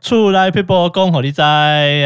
出来 people 恭候你在，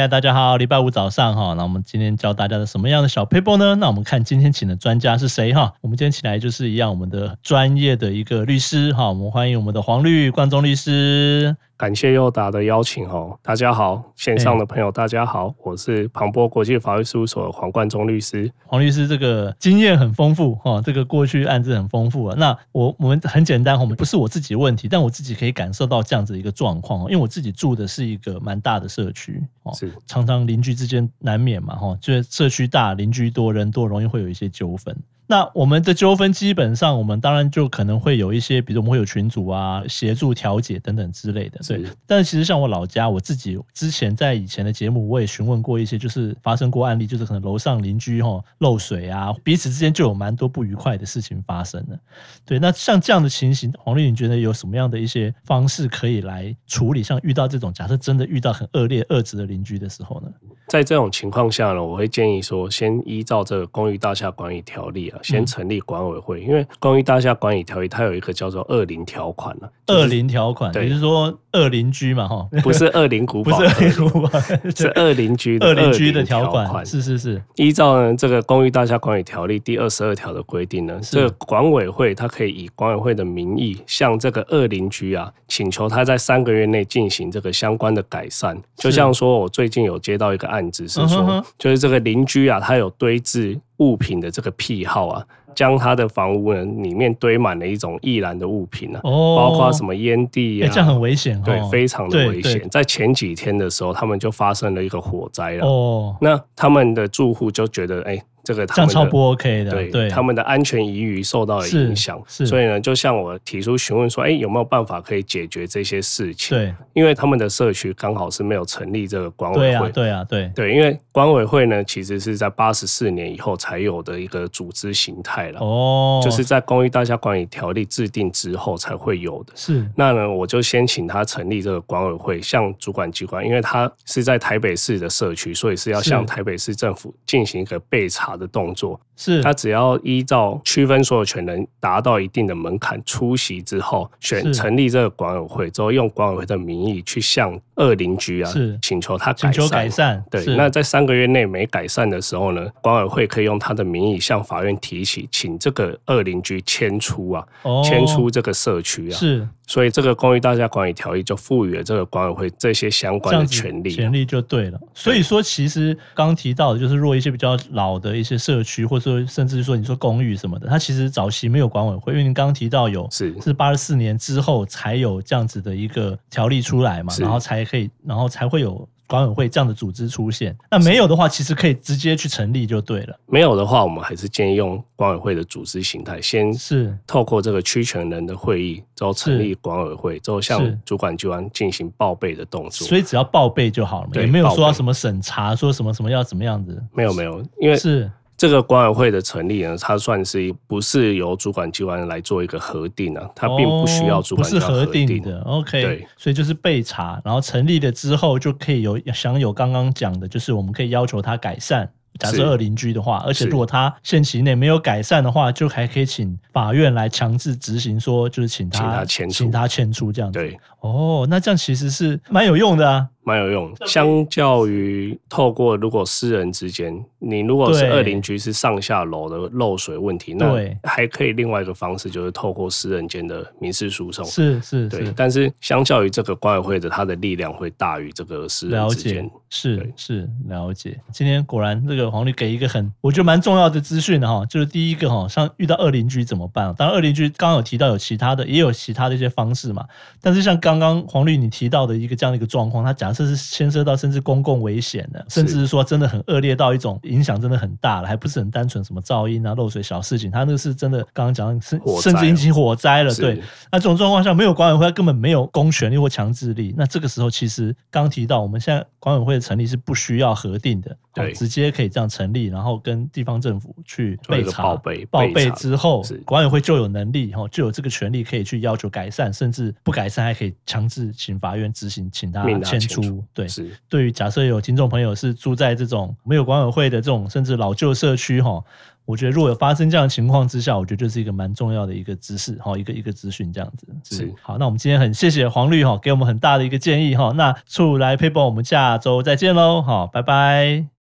啊大家好，礼拜五早上哈，那我们今天教大家的什么样的小 paper 呢？那我们看今天请的专家是谁哈？我们今天请来就是一样我们的专业的一个律师哈，我们欢迎我们的黄律冠中律师。感谢佑达的邀请哦，大家好，线上哎的朋友大家好，我是庞波国际法律事务所黄冠中律师。黄律师这个经验很丰富哈、哦，这个过去案子很丰富啊。那我我们很简单，我们不是我自己的问题，但我自己可以感受到这样子一个状况哦，因为我自己住的是一个蛮大的社区哦，是常常邻居之间难免嘛哈、哦，就是社区大，邻居多，人多，容易会有一些纠纷。那我们的纠纷基本上，我们当然就可能会有一些，比如我们会有群组啊，协助调解等等之类的。对是，但其实像我老家，我自己之前在以前的节目，我也询问过一些，就是发生过案例，就是可能楼上邻居哈漏水啊，彼此之间就有蛮多不愉快的事情发生了。对，那像这样的情形，黄丽，你觉得有什么样的一些方式可以来处理？像遇到这种，假设真的遇到很恶劣、恶质的邻居的时候呢？在这种情况下呢，我会建议说，先依照这个《公寓大厦管理条例》嗯啊，先成立管委会，因为《公寓大厦管理条例》它有一个叫做“二零条款”啊，恶邻条款，对也就是说恶邻居嘛， 哈，不是二零古 不堡，是恶邻吧？ 是二邻居的 二邻居的20条条款，是是是，依照呢这个《公寓大厦管理条例》第二十二条的规定呢，是这个管委会它可以以管委会的名义向这个恶邻居啊，请求他在三个月内进行这个相关的改善。是就像说我最近有接到一个案子是嗯哼说哼，就是这个邻居啊，他有堆置物品的这个癖好啊，将他的房屋呢里面堆满了一种易燃的物品啊，哦，包括什么？么烟蒂哎，啊。这样很危险哦，对，非常的对危对险。在前几天的时候，他们就发生了一个火灾了。哦，那他们的住户就觉得，哎、这个这他样们超的不 OK 的，对对，他们的安全疑虑受到了是影响，是所以呢，就向我提出询问说，哎、有没有办法可以解决这些事情？，对因为他们的社区刚好是没有成立这个管对委啊会。对啊对，对因为管委会呢，其实是在八十四年以后才有的一个组织形态了，哦，就是在《公寓大厦管理条例》制定之后才会有的。是那呢，我就先请他成立这个管委会，向主管机关，因为他是在台北市的社区，所以是要是向台北市政府进行一个备查的动作。是，他只要依照区分所有权人达到一定的门槛出席之后，是选成立这个管委会之后，用管委会的名义去向二邻居啊是请求他改请求善。改善，对是，那在三个月内没改善的时候呢，管委会可以用他的名义向法院提起，请这个二邻居迁出啊，哦迁出这个社区啊。是所以这个《公寓大厦管理条例》就赋予了这个管委会这些相这关样的子权啊利。权利就对了。所以说，其实刚提到的就是，如果一些比较老的一些社区，或者说甚至说你说公寓什么的，它其实早期没有管委会，因为您刚提到有是是八十四年之后才有这样子的一个条例出来嘛，是然后才可以，然后才会有管委会这样的组织出现。那没有的话，其实可以直接去成立就对了。没有的话，我们还是建议用管委会的组织形态，先是透过这个区权人的会议，之后成立管委会，之后是向主管机关进行报备的动作。所以只要报备就好了嘛，对也没有说报要备什么审查，说什么什么要怎么样子。没有没有，因为是这个管委会的成立呢，它算是一不是由主管机关来做一个核定啊，它并不需要主管哦机不是关核定,、定的。OK，对所以就是被查，然后成立了之后就可以有享有刚刚讲的，就是我们可以要求他改善。假是设二邻居的话，而且是如果他限期内没有改善的话，就还可以请法院来强制执行，说就是请他请他迁出请他迁出这样子。对，哦，那这样其实是蛮有用的啊。蛮有用。相较于透过如果私人之间，你如果是对二邻居是上下楼的漏水问题，那对还可以另外一个方式就是透过私人间的民事诉讼。是是哦对，是，但是相较于这个管委会的，它的力量会大于这个私人了之解间。是对是了解。今天果然这个黄律给一个很我觉得蛮重要的资讯的哈，就是第一个哈，像遇到恶邻居怎么办？啊当然恶邻居刚刚有提到有其他的，也有其他的一些方式嘛。但是像刚刚黄律你提到的一个这样的一个状况，它假设是牵涉到甚至公共危险的，甚至是说真的很恶劣到一种影响真的很大了，还不是很单纯什么噪音啊、漏水小事情，它那个是真的刚刚讲的甚火灾甚至引起火灾了，是对。那这种状况下，没有管委会，它根本没有公权力或强制力。那这个时候，其实刚提到，我们现在管委会的成立是不需要核定的，对哦直接可以这样成立，然后跟地方政府去做备一个查、报备报备备查之后是，管委会就有能力，哈，就有这个权利可以去要求改善，甚至不改善还可以强制请法院执行，请他命他迁迁出。对，是对于假设有听众朋友是住在这种没有管委会的这种甚至老旧社区哈，我觉得如果有发生这样的情况之下，我觉得这是一个蛮重要的一个知识哈，一个一个资讯这样子。是好，那我们今天很谢谢黄律哈，给我们很大的一个建议哈。那处来陪伴我们下周再见喽，好，拜拜。